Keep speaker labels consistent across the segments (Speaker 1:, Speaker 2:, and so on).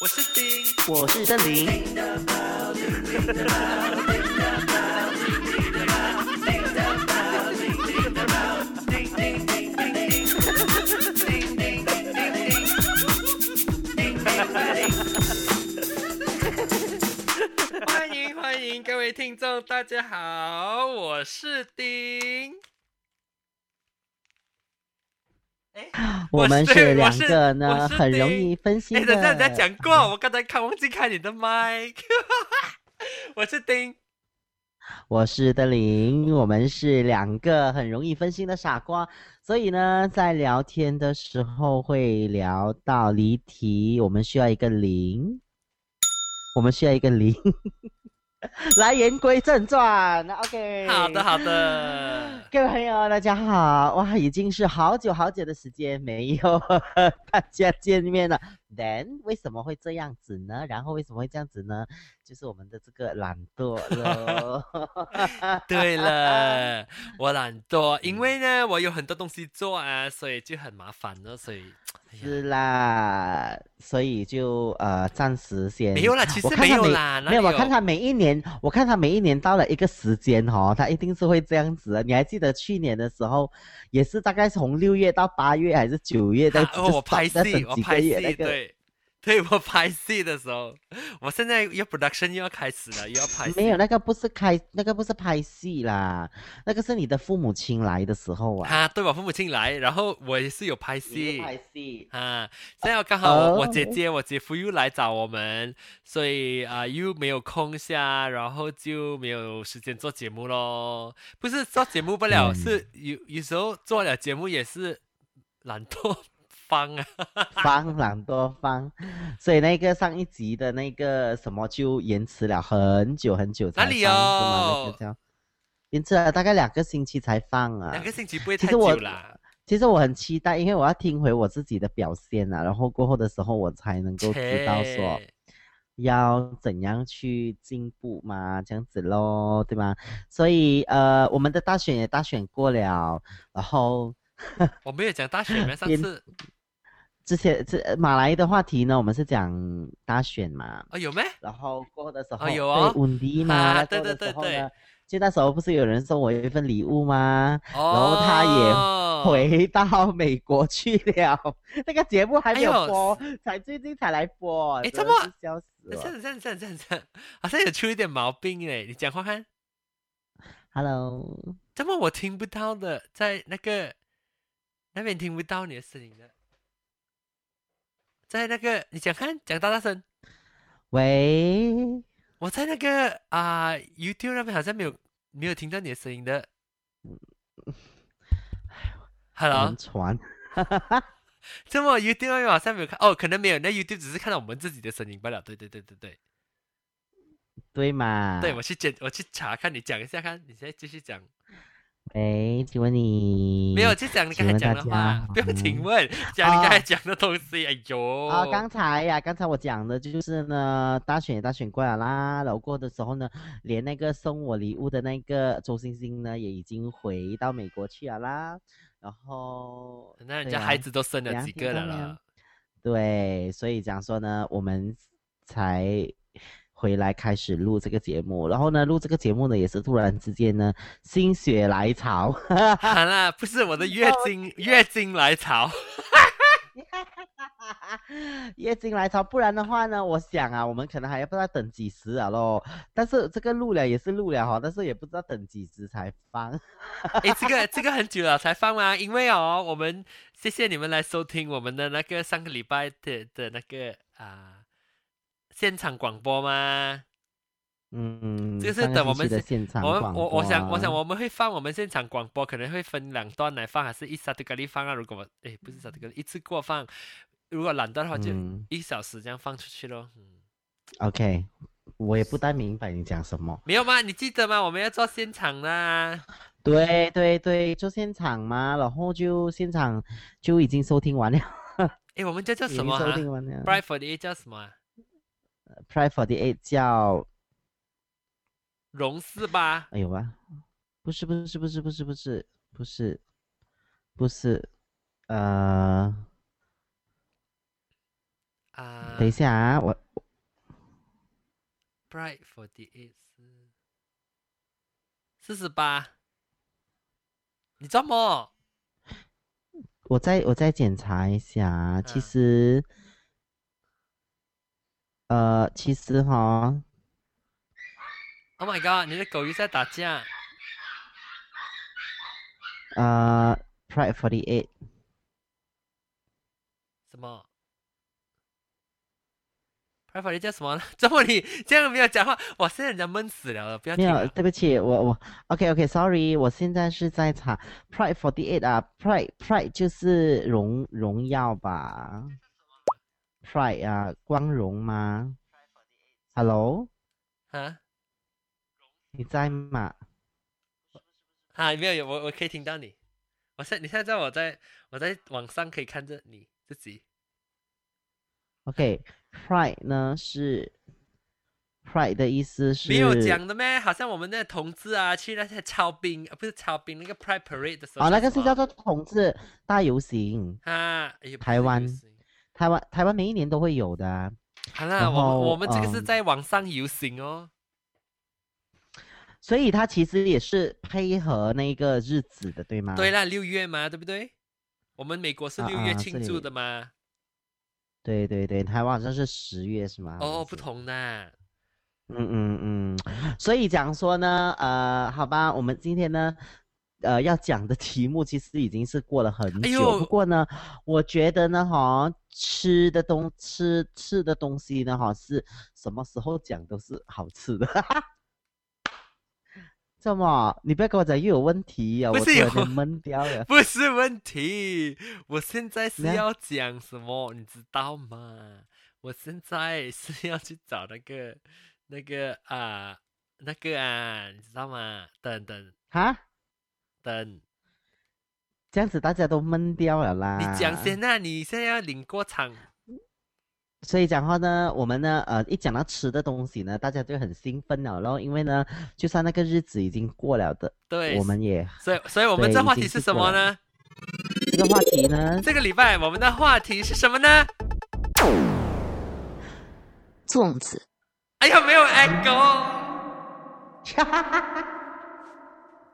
Speaker 1: 我是丁，
Speaker 2: 我是邓林。
Speaker 1: 欢迎欢迎各位听众，大家好，我是丁。哎
Speaker 2: 我们
Speaker 1: 对
Speaker 2: 是哎
Speaker 1: 我
Speaker 2: 两
Speaker 1: 是
Speaker 2: 个
Speaker 1: 我
Speaker 2: 呢，
Speaker 1: 是
Speaker 2: 很容
Speaker 1: 丁
Speaker 2: 易分
Speaker 1: 哎，
Speaker 2: 心的。
Speaker 1: 等一下你在讲过， 我刚才看忘记看你的麦。 我是丁，
Speaker 2: 我是邓林，我们是两个很容易分心的傻瓜，所以呢，在聊天的时候会聊到离题，我们需要一个零， 我们需要一个零。 来，言归正传，OK。
Speaker 1: 好的好 的。
Speaker 2: 各位朋友，大家好！哇，已经是好久好久的时间没有和大家见面了。Then 为什么会这样子呢？然后为什么会这样子呢？就是我们的这个懒惰喽。
Speaker 1: 对了，我懒惰，因为呢，我有很多东西做啊，所以就很麻烦了，所以哎呀
Speaker 2: 是啦，所以就呃，暂时先
Speaker 1: 没有啦，其
Speaker 2: 我
Speaker 1: 实
Speaker 2: 看
Speaker 1: 没
Speaker 2: 他
Speaker 1: 有
Speaker 2: 每
Speaker 1: 啦，哪
Speaker 2: 没有，
Speaker 1: 里
Speaker 2: 我看他每一年，我看他每一年到了一个时间哦，他一定是会这样子的。你还记得去年的时候，也是大概从六月到八月还是九月在、
Speaker 1: 啊 哦，我拍戏，我拍戏，
Speaker 2: 那个。
Speaker 1: 对，对我拍戏的时候，我现在又 production 又要开始了，又要拍戏。
Speaker 2: 没有，那个不是开，那个不是拍戏啦，那个是你的父母亲来的时候啊。
Speaker 1: 啊，对我父母亲来，然后我也是有拍
Speaker 2: 你
Speaker 1: 戏
Speaker 2: 是拍戏，
Speaker 1: 啊。现在刚好我我
Speaker 2: 哦
Speaker 1: 姐姐、我姐夫又来找我们，所以啊、又没有空下，然后就没有时间做节目咯。不是做节目不了，
Speaker 2: 嗯
Speaker 1: 是有有时候做了节目也是懒惰 方啊。
Speaker 2: 方 朗多方，所以那个上一集的那个什么就延迟了很久很久才
Speaker 1: 哪里哦
Speaker 2: 放是吗那
Speaker 1: 有
Speaker 2: 个叫延迟了大概两个星期才放啊
Speaker 1: 两。个星期不会
Speaker 2: 其
Speaker 1: 太
Speaker 2: 实我
Speaker 1: 久啦。
Speaker 2: 其实我很期待，因为我要听回我自己的表现啊，然后过后的时候我才能够知道说
Speaker 1: 切
Speaker 2: 要怎样去进步嘛，这样子咯，对吗？所以呃，我们的大选也大选过了，然后
Speaker 1: 我没有讲大学吗？上
Speaker 2: 连
Speaker 1: 次
Speaker 2: 这些这马来的话题呢，我们是讲大选嘛，
Speaker 1: 哦有咩？
Speaker 2: 然后过后的时候，
Speaker 1: 哦有哦
Speaker 2: 对，稳迪嘛，
Speaker 1: 啊
Speaker 2: 那过
Speaker 1: 对
Speaker 2: 后的
Speaker 1: 对
Speaker 2: 时候
Speaker 1: 对对
Speaker 2: 呢，就那时候不是有人送我一份礼物吗？
Speaker 1: 哦，
Speaker 2: 后他也回到美国去了， 那个节目还没有
Speaker 1: 哎呦
Speaker 2: 播，才最近才来播，
Speaker 1: 哎
Speaker 2: 真
Speaker 1: 这么
Speaker 2: 的是笑死
Speaker 1: 等一下，等一
Speaker 2: 了。
Speaker 1: 下，等一下，等一下，好像有啊出一点毛病嘞。你讲话看，
Speaker 2: Hello，
Speaker 1: 怎么我听不到的，在那个那边听不到你的声音的，在那个你讲看，讲大大声。
Speaker 2: 喂，
Speaker 1: 我在那个啊、YouTube 那边好像没有没有听到你的声音的。Hello，
Speaker 2: 轮船，
Speaker 1: 这么 YouTube 那边好像没有看哦，可能没有，那 YouTube 只是看到我们自己的声音罢了。对对对对对，
Speaker 2: 对嘛？
Speaker 1: 对我去检我去查看，你讲一下看，你现在继续讲。
Speaker 2: 喂，请问你
Speaker 1: 没有，就讲你刚
Speaker 2: 请
Speaker 1: 才
Speaker 2: 问
Speaker 1: 讲
Speaker 2: 大
Speaker 1: 的话
Speaker 2: 家，
Speaker 1: 不用请
Speaker 2: 好
Speaker 1: 问，讲你刚才
Speaker 2: 哦
Speaker 1: 讲的东西。哎呦，
Speaker 2: 啊，刚才呀、刚才我讲的就是呢，大选也大选过了啦，然后过的时候呢，连那个送我礼物的那个周星星呢，也已经回到美国去了啦。然后，
Speaker 1: 那人
Speaker 2: 对啊
Speaker 1: 家
Speaker 2: 呀
Speaker 1: 孩子都生
Speaker 2: 怎
Speaker 1: 了
Speaker 2: 样
Speaker 1: 几
Speaker 2: 听
Speaker 1: 个了
Speaker 2: 到没有
Speaker 1: 啦。
Speaker 2: 对，所以讲说呢，我们才回来开始录这个节目。然后呢，录这个节目呢，也是突然之间呢，心血来潮，
Speaker 1: 好啦，不是我的月 经月经来潮，
Speaker 2: 月经来潮，不然的话呢，我想啊，我们可能还要不知道等几时啊喽。但是这个录了也是录了哈，但是也不知道等几时才放。
Speaker 1: 哎，这个这个很久了才放吗？因为哦，我们谢谢你们来收听我们的那个上个礼拜的的那个啊、现场广播嘛。
Speaker 2: 嗯，
Speaker 1: 这个是
Speaker 2: 上
Speaker 1: 等我
Speaker 2: 星
Speaker 1: 们
Speaker 2: 期的
Speaker 1: 是
Speaker 2: 现场
Speaker 1: 我们
Speaker 2: 广
Speaker 1: 我我想我想
Speaker 2: 播啊
Speaker 1: 我们会放我们现场广播，可能会分两段来放，还是一沙杜咖喱放啊？如果我诶不是沙杜咖喱，一次过放，如果懒惰的话就
Speaker 2: 嗯
Speaker 1: 一小时这样放出去咯。嗯，
Speaker 2: OK，我也不太明白你讲什么。
Speaker 1: 没有吗？你记得吗？我们要做现场啦。
Speaker 2: 对对对，就现场嘛，然后就现场就已经收听完了，
Speaker 1: 诶，我们这叫
Speaker 2: 已
Speaker 1: 什
Speaker 2: 经
Speaker 1: 么、
Speaker 2: 收
Speaker 1: 啊
Speaker 2: 听完了。
Speaker 1: ？Bright for the A 叫什么、啊？
Speaker 2: Pride Forty Eight 叫
Speaker 1: 荣四吧？
Speaker 2: 哎呦吧，不是不是不是不是不是不是不是，呃，
Speaker 1: 啊、
Speaker 2: 等一下啊，我
Speaker 1: b r i g h t forty eight 四四十八，你这么
Speaker 2: 我再我再检查一下啊，
Speaker 1: 嗯
Speaker 2: 其实，
Speaker 1: 嗯
Speaker 2: 呃，其实哈，
Speaker 1: ？Oh my god！你的狗又在打架。
Speaker 2: 呃，Pride Forty Eight
Speaker 1: 什么 p r i v a t 叫什 么？这么你这样没有讲话，哇！现在人家闷死了了，不要
Speaker 2: 没
Speaker 1: 听
Speaker 2: 有，
Speaker 1: 了
Speaker 2: 对不起，我我 OK OK Sorry，我现在是在查 Pride Forty Eight 啊，Pride Pride 就是荣荣耀吧，Pride 啊，光荣吗？Hello，
Speaker 1: 啊
Speaker 2: 你在吗？
Speaker 1: 啊！没有有我我可以听到你。我现你现在在我在我在网上可以看着你自己
Speaker 2: OK，pride、呢是 pride 的意思是
Speaker 1: 没有讲的咩？好像我们那同志啊，去那些超兵啊，不是超兵那个 Pride Parade 的时候
Speaker 2: 哦，那
Speaker 1: 什
Speaker 2: 个是
Speaker 1: 么
Speaker 2: 叫做同志大游行，
Speaker 1: 啊，哎呦不
Speaker 2: 台
Speaker 1: 是
Speaker 2: 湾
Speaker 1: 游行
Speaker 2: 台湾台湾每一年都会有的啊、
Speaker 1: 好啦，
Speaker 2: 然
Speaker 1: 我们
Speaker 2: 后
Speaker 1: 我们这个是
Speaker 2: 嗯
Speaker 1: 在网上游行哦。
Speaker 2: 所以它其实也是配合那个日子的，对吗？
Speaker 1: 对啦，六月嘛，对不对？我们美国是
Speaker 2: 啊
Speaker 1: 六月
Speaker 2: 啊
Speaker 1: 庆
Speaker 2: 这
Speaker 1: 祝
Speaker 2: 里
Speaker 1: 的嘛。
Speaker 2: 对对对，台湾好像是十月啊是吗？
Speaker 1: 哦，不
Speaker 2: 同。
Speaker 1: 同啦。
Speaker 2: 嗯嗯嗯，所以讲说呢，呃，好吧，我们今天呢，呃，要讲的题目其实已经是过了很
Speaker 1: 哎
Speaker 2: 久，
Speaker 1: 呦
Speaker 2: 不过呢，我觉得呢，哈，吃的东吃吃的东西呢，哈，是什么时候讲都是好吃的。 这么，你不要跟我讲又有问题呀、
Speaker 1: 不是
Speaker 2: 我突然
Speaker 1: 有
Speaker 2: 间闷掉了。
Speaker 1: 不是问题，我现在是
Speaker 2: 那
Speaker 1: 要讲什么，你知道吗？我现在是要去找那个、那个啊、那个啊，你知道吗？等等
Speaker 2: 哈，
Speaker 1: 等，
Speaker 2: 这样子大家都闷掉了啦。
Speaker 1: 你讲先呐、你现在要领过场，
Speaker 2: 所以讲话呢，我们呢，呃，一讲到吃的东西呢，大家就很兴奋了咯，因为呢，就算那个日子已经过了的，
Speaker 1: 对，
Speaker 2: 我们也
Speaker 1: 所以所以我们
Speaker 2: 对
Speaker 1: 这
Speaker 2: 已
Speaker 1: 话
Speaker 2: 经
Speaker 1: 题是
Speaker 2: 是
Speaker 1: 什
Speaker 2: 过
Speaker 1: 么
Speaker 2: 了
Speaker 1: 呢？
Speaker 2: 这个话题呢，
Speaker 1: 这个礼拜我们的话题是什么 呢？
Speaker 3: 粽子。
Speaker 1: 哎呀，没有 echo，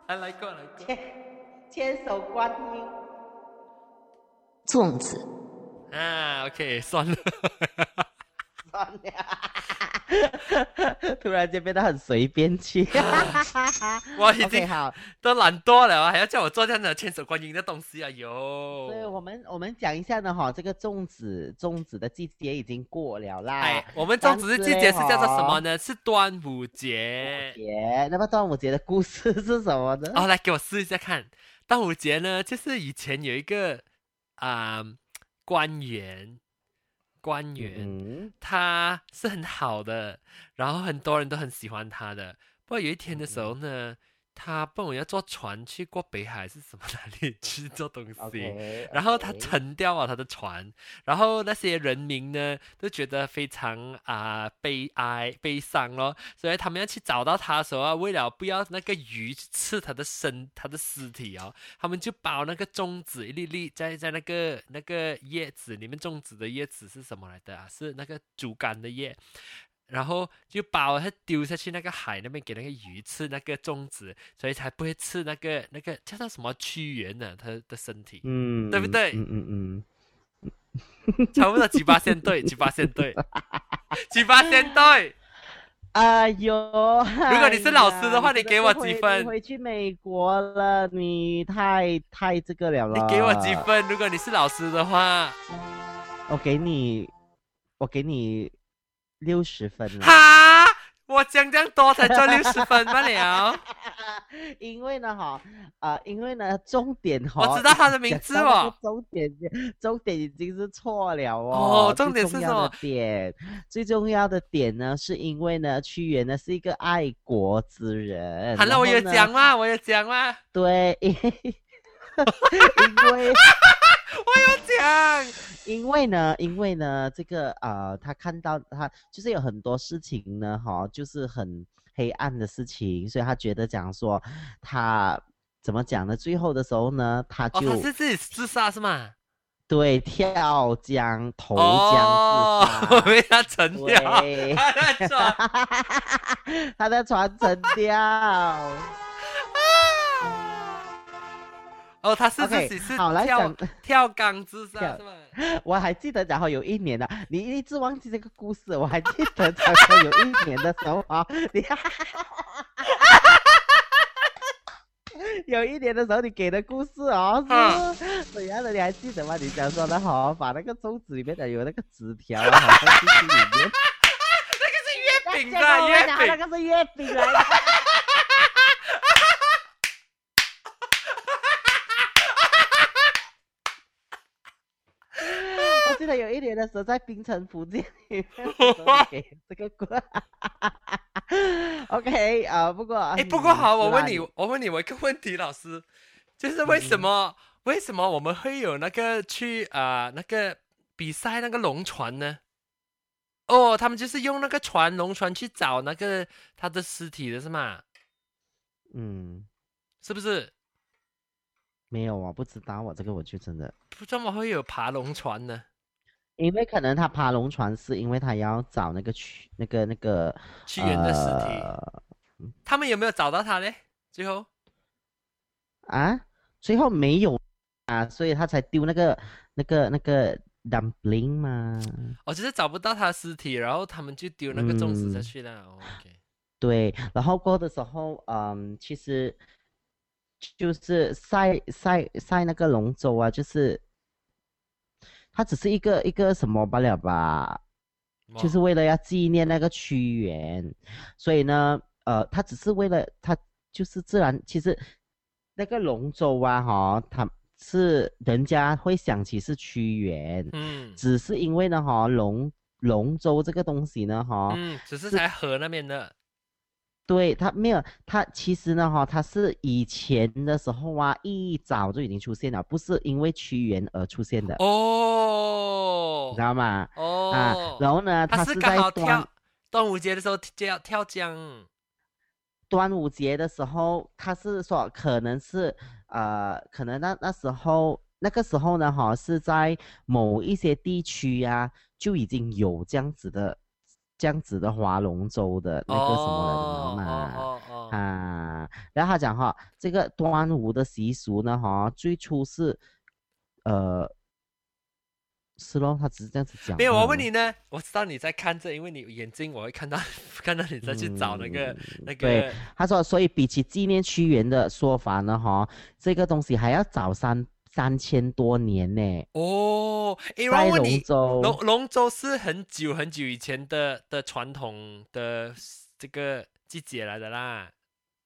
Speaker 1: 还来过来过
Speaker 2: 千手观音，
Speaker 3: 粽子，
Speaker 1: 啊，OK，算了。
Speaker 2: 算了， 突然间变得很随便 去。
Speaker 1: 我已
Speaker 2: OK，
Speaker 1: 经
Speaker 2: 好，
Speaker 1: 都懒惰了啊，还要叫我做这样的千手观音的东西啊！
Speaker 2: 所以
Speaker 1: 有，
Speaker 2: 我们我们讲一下呢，哈，这个粽子粽子的季节已经过了啦。
Speaker 1: 哎，我们
Speaker 2: 但
Speaker 1: 中子的
Speaker 2: 是
Speaker 1: 季
Speaker 2: 嘞
Speaker 1: 节是叫做什么
Speaker 2: 吼
Speaker 1: 呢？是端午节。
Speaker 2: 节，那么端午节的故事是什么呢？
Speaker 1: 哦，来给我试一下看。端午节呢，就是以前有一个啊、官员，官员、
Speaker 2: 嗯，
Speaker 1: 他是很好的，然后很多人都很喜欢他的。不过有一天的时候呢，他不我要坐船去过北海还是什么哪里去做东西。
Speaker 2: OK，
Speaker 1: 然后他
Speaker 2: OK
Speaker 1: 沉掉了他的船，然后那些人民呢都觉得非常啊、悲哀悲伤咯，所以他们要去找到他的时候啊，为了不要那个鱼去吃他的身他的尸体哦，他们就包那个粽子一粒粒在在那个那个叶子里面，粽子的叶子是什么来的啊？是那个竹竿的叶。然后就包它丢下去那个海那边给那个鱼吃那个粽子，所以才不会吃那个那个叫做什么屈原呢、它的身体。
Speaker 2: 嗯，
Speaker 1: 对不对
Speaker 2: 嗯嗯嗯，
Speaker 1: 差不多七八线对，七八线对，七八线对。
Speaker 2: 哎 呦！如
Speaker 1: 果你是老师的话你给我几分
Speaker 2: 回去美国了，你太太这个了了。
Speaker 1: 你给我几？分？如果你是老师的话，
Speaker 2: 我给你，我给你六十分了。
Speaker 1: 哈，我讲这样多才赚六十分罢了。
Speaker 2: 因为呢，哈，呃，因为呢，重点哈，
Speaker 1: 我知道他的名字
Speaker 2: 讲到那
Speaker 1: 哦
Speaker 2: 个，终点，终点已经是错了
Speaker 1: 哦
Speaker 2: 哦。最
Speaker 1: 重点是
Speaker 2: 重
Speaker 1: 什
Speaker 2: 要
Speaker 1: 么
Speaker 2: 的点，最重要的点呢，是因为呢，屈原呢是一个爱国之人。
Speaker 1: 好
Speaker 2: 然
Speaker 1: 了，
Speaker 2: 后
Speaker 1: 我有
Speaker 2: 呢
Speaker 1: 讲啦，我有讲啦，
Speaker 2: 对， 因因为
Speaker 1: 我讲。
Speaker 2: 因为呢，因为呢，这个呃，他看到他就是有很多事情呢，哈，就是很黑暗的事情，所以他觉得讲说他怎么讲呢？最后的时候呢，他
Speaker 1: 哦，
Speaker 2: 就、
Speaker 1: 他是自己自杀是吗？
Speaker 2: 对，跳江投江自杀。
Speaker 1: 哦， 被他沉掉， 啊
Speaker 2: 对，
Speaker 1: 他在说，
Speaker 2: 他的船沉掉。
Speaker 1: 哦，他是自
Speaker 2: OK，
Speaker 1: 己是
Speaker 2: 好来
Speaker 1: 跳
Speaker 2: 讲，
Speaker 1: 跳钢自杀
Speaker 2: 跳
Speaker 1: 是吗？
Speaker 2: 我还记得，然后有一年的，你一直忘记这个故事，我还记得，然后有一年的时候啊，你有一年的时候你给的故事哦，
Speaker 1: 嗯
Speaker 2: 是，怎样的你还记得吗？你讲说的好，把那个桌子里面的有那个纸条啊，好像进去里面。
Speaker 1: 那个是月饼
Speaker 2: 结果
Speaker 1: 的
Speaker 2: 我啊
Speaker 1: 月
Speaker 2: 拿
Speaker 1: 饼
Speaker 2: 那。个是月饼来的。 我记得有一年的时候在槟城福建里面的时候给这个过，OK 啊、不过
Speaker 1: 哎，不过好，
Speaker 2: 嗯
Speaker 1: 我
Speaker 2: 是啦
Speaker 1: 问你，我问你我一个问题，老师，就是为
Speaker 2: 嗯
Speaker 1: 什么、为什么我们会有那个去啊、呃那个比赛那个龙船呢？哦，他们就是用那个船龙船去找那个他的尸体的是吗？
Speaker 2: 嗯，
Speaker 1: 是不是？
Speaker 2: 没有，啊我不知道，我这个我就真的，
Speaker 1: 不怎么会有爬龙船呢？
Speaker 2: 因为可能他爬龙船是因为他要找那个去那个那个
Speaker 1: 屈原的尸体，
Speaker 2: 呃
Speaker 1: 他们有没有找到他嘞？最后
Speaker 2: 啊，最后没有啊，所以他才丢那个那个那个 dumpling 嘛。
Speaker 1: 哦，就是找不到他的尸体，然后他们就丢那个粽子下
Speaker 2: 嗯
Speaker 1: 去了。哦 OK，
Speaker 2: 对，然后过的时候，嗯，其实就是晒晒晒那个龙舟啊，就是它只是一个一个什么罢了吧，
Speaker 1: 哇
Speaker 2: 就是为了要纪念那个屈原，所以呢，呃，它只是为了它就是自然，其实那个龙舟啊，哈，它是人家会想起是屈原，
Speaker 1: 嗯
Speaker 2: 只是因为呢，哈，龙龙舟这个东西呢，哈。
Speaker 1: 嗯，只是在河那边的。
Speaker 2: 对，它没有，它其实呢哈、它是以前的时候啊，一早就已经出现了，不是因为屈原而出现的，
Speaker 1: 哦
Speaker 2: 你知道吗？
Speaker 1: 哦，
Speaker 2: 啊，然后呢，它
Speaker 1: 他是刚
Speaker 2: 在
Speaker 1: 好
Speaker 2: 端
Speaker 1: 跳端午节的时候跳跳江，
Speaker 2: 端午节的时候，它是说可能是呃，可能那那时候那个时候呢哈、是在某一些地区啊，就已经有这样子的这样子的划龙舟的那个什么了，
Speaker 1: 哦
Speaker 2: 你知道吗？
Speaker 1: 哦哦哦，
Speaker 2: 啊，然后他讲哈，这个端午的习俗呢，哈，最初是，呃，是咯，他只是这样子讲。
Speaker 1: 没有，我问
Speaker 2: 嗯
Speaker 1: 你，呢，我知道你在看这，因为你眼睛 我会看到看到你在去找那个那
Speaker 2: 嗯对
Speaker 1: 个，
Speaker 2: 他说，所以比起纪念屈原的说法呢，哈，这个东西还要早三三千多年呢。
Speaker 1: 哦，诶，然
Speaker 2: 在
Speaker 1: 后问
Speaker 2: 龙
Speaker 1: 你，
Speaker 2: 舟，
Speaker 1: 龙龙舟是很久很久以前的的传统的这个季节来的啦，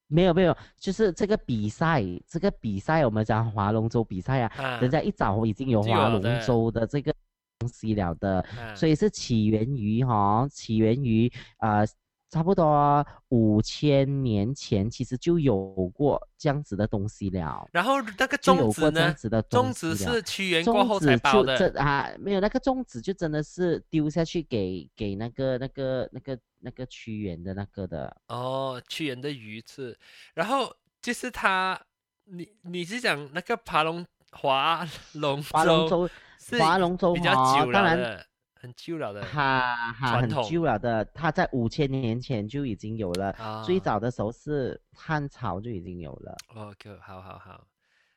Speaker 2: 没有没有，就是这个比赛，这个比赛我们讲划龙舟比赛啊，
Speaker 1: 啊，
Speaker 2: 人家一早已经有
Speaker 1: 就有
Speaker 2: 划
Speaker 1: 了
Speaker 2: 龙
Speaker 1: 的
Speaker 2: 舟的这个东西了的。
Speaker 1: 啊
Speaker 2: 所以是起源于哈，起源于呃，差不多五千年前，其实就有过这样子的东西了，
Speaker 1: 然后那个
Speaker 2: 就有
Speaker 1: 粽
Speaker 2: 过
Speaker 1: 子
Speaker 2: 这样
Speaker 1: 呢？
Speaker 2: 子的东
Speaker 1: 粽
Speaker 2: 西了。啊
Speaker 1: 子是屈原过后
Speaker 2: 粽
Speaker 1: 才
Speaker 2: 子
Speaker 1: 包
Speaker 2: 就
Speaker 1: 的，
Speaker 2: 真啊，没有那个粽子就真的是丢下去给给那个那个那个那个屈原的那个的，
Speaker 1: 哦，屈原的鱼翅，然后就是他，你你是讲那个爬龙划龙
Speaker 2: 划龙
Speaker 1: 舟
Speaker 2: 舟，
Speaker 1: 是
Speaker 2: 划龙舟
Speaker 1: 比较
Speaker 2: 哈
Speaker 1: 久了
Speaker 2: 当然
Speaker 1: 的，很久了的
Speaker 2: 哈哈，
Speaker 1: 传
Speaker 2: 很
Speaker 1: 统
Speaker 2: 久了的，它在五千年前就已经有了，
Speaker 1: 啊。
Speaker 2: 最早的时候是汉朝就已经有了。
Speaker 1: 哦 OK，好好好。